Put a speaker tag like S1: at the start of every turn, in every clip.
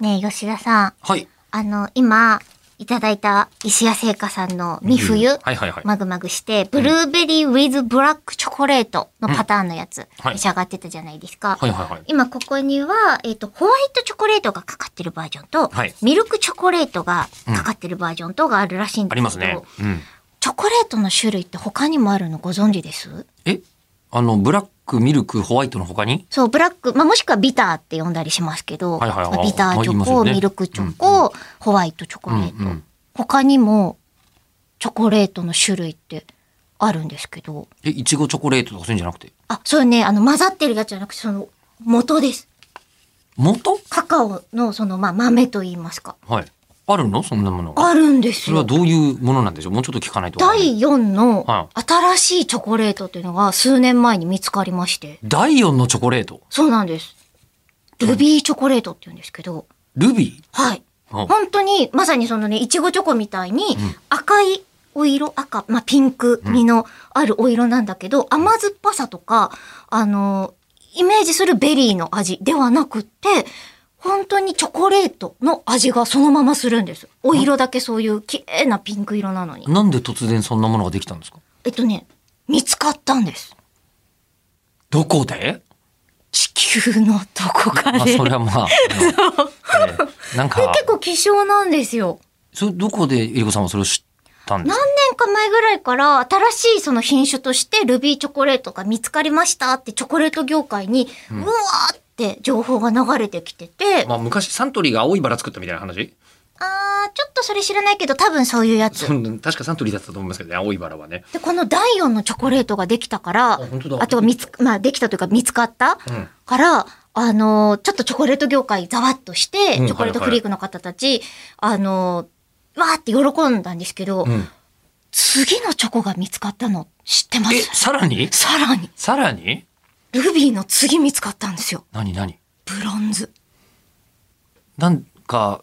S1: ねえ、吉田さん。
S2: はい。
S1: あの、今、いただいた石屋製菓さんのみ冬、
S2: はいはいはい。
S1: マグマグして、ブルーベリーウィズブラックチョコレートのパターンのやつ、
S2: はい
S1: 召し上がってたじゃないですか。
S2: はいはいはい。
S1: 今ここには、えっ、と、ホワイトチョコレートがかかってるバージョンと、
S2: はい
S1: ミルクチョコレートがかかってるバージョンとがあるらしいん
S2: あ
S1: で
S2: りますす
S1: けど、
S2: ね。うん。
S1: チョコレートの種類って他にもあるのご存知です
S2: えあの、ブラック、ミルク、ホワイトの他に
S1: そう、ブラック、まあ、もしくはビターって呼んだりしますけど、
S2: はいはいはい
S1: まあビターチ
S2: まあ言い
S1: ョ
S2: ます
S1: コ、
S2: よね
S1: ミルクチョコ、ホワイトチョコレート、
S2: うんうん
S1: 他にもチョコレートの種類ってあるんですけど、
S2: え、いちごチョコレートとかそういうんじゃなくて。
S1: あ、そうね、あの、混ざってるやつじゃなくて、その、元です。
S2: 元
S1: カカオの、その、まあ、豆と言いますか。
S2: はい。あるのそんなものが。
S1: あるんです
S2: それは
S1: よ。
S2: どういうものなんでしょうもうちょっと聞かないとわかんな
S1: 第
S2: い。
S1: 4の
S2: は
S1: 新しいチョコレートっていうのが数年前に見つかりまして。
S2: 第4のチョコレート。
S1: そうなんです。ルビーチョコレートって言うんですけど、
S2: ルビ
S1: はい。
S2: ーあ
S1: 本当に、まさにそのね、いちごチョコみたいに、赤いお色、赤、まあ、ピンク味のあるお色なんだけど、甘酸っぱさとか、あの、イメージするベリーの味ではなくって、本当にチョコレートの味がそのままするんです。お色だけそういう綺麗なピンク色なのに。
S2: なんで突然そんなものができたんですか
S1: えっとね、見つかったんです。
S2: どこ で
S1: 地球のどこか
S2: あ、
S1: で。
S2: それは まあ。あのええなんか、
S1: 結構希少なんですよ。
S2: それどこでえりこさんはそれを知ったんです
S1: 何年か
S2: か
S1: 前ぐらいから新しいその品種としてルビーチョコレートが見つかりましたってチョコレート業界にうわーって情報が流れてきてて、
S2: まあ昔サントリーが青いバラ作ったみたいな話
S1: あーちょっとそれ知らないけど多分そういうやつ。
S2: 確かサントリーだったと思いますけどね、青いバラはね。
S1: で、この第4のチョコレートができたから、
S2: 本当だ
S1: あとは見つ、まあできたというか見つかった
S2: うん
S1: から、あのー、ちょっとチョコレート業界ざわっとして、
S2: うん
S1: チョコレートフリークの方たち、あのー、わーって喜んだんですけど、
S2: うん。
S1: 次のチョコが見つかったの知ってま
S2: え、
S1: す
S2: さらに
S1: さらに。
S2: さらに
S1: ルビーの次見つかったんですよ。
S2: 何何
S1: ブロンズ。
S2: なんか、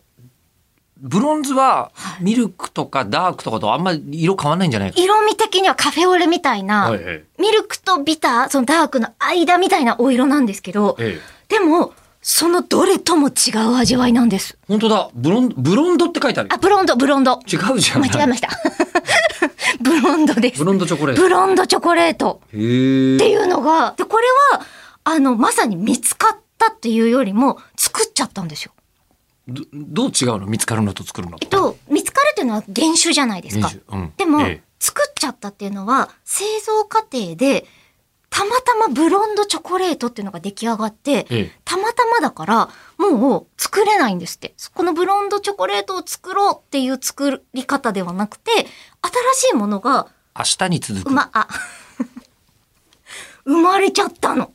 S2: ブロンズは
S1: はい
S2: ミルクとかダークとかとあんまり色変わんないんじゃないか。
S1: 色味的にはカフェオレみたいな、
S2: はいはい
S1: ミルクとビター、そのダークの間みたいなお色なんですけど、
S2: ええ。
S1: でも、そのどれとも違う味わいなんです。
S2: 本当だ。ブロン、ブロンドって書いてある
S1: あ、。ブロンド、ブロン ド。
S2: 違うじゃん。
S1: 間違えました。 ブロンドです
S2: ブ。ロンドチョコレート。
S1: ブロンドチョコレート
S2: へえ。
S1: っていうのが、で、これは、あの、まさに見つかったっていうよりも、作っちゃったんですよ。
S2: どどう違うの見つかるのと作るのと。
S1: と、見つかるっていうのは原種じゃないですか。
S2: 原種うん
S1: でも、
S2: ええ
S1: 作っちゃったっていうのは、製造過程で、たまたまブロンドチョコレートっていうのが出来上がって、
S2: ええ
S1: たまたまだから、もう作れないんですって。このブロンドチョコレートを作ろうっていう作り方ではなくて、新しいものが、
S2: 明日に続く。
S1: うま、あ、生まれちゃったの。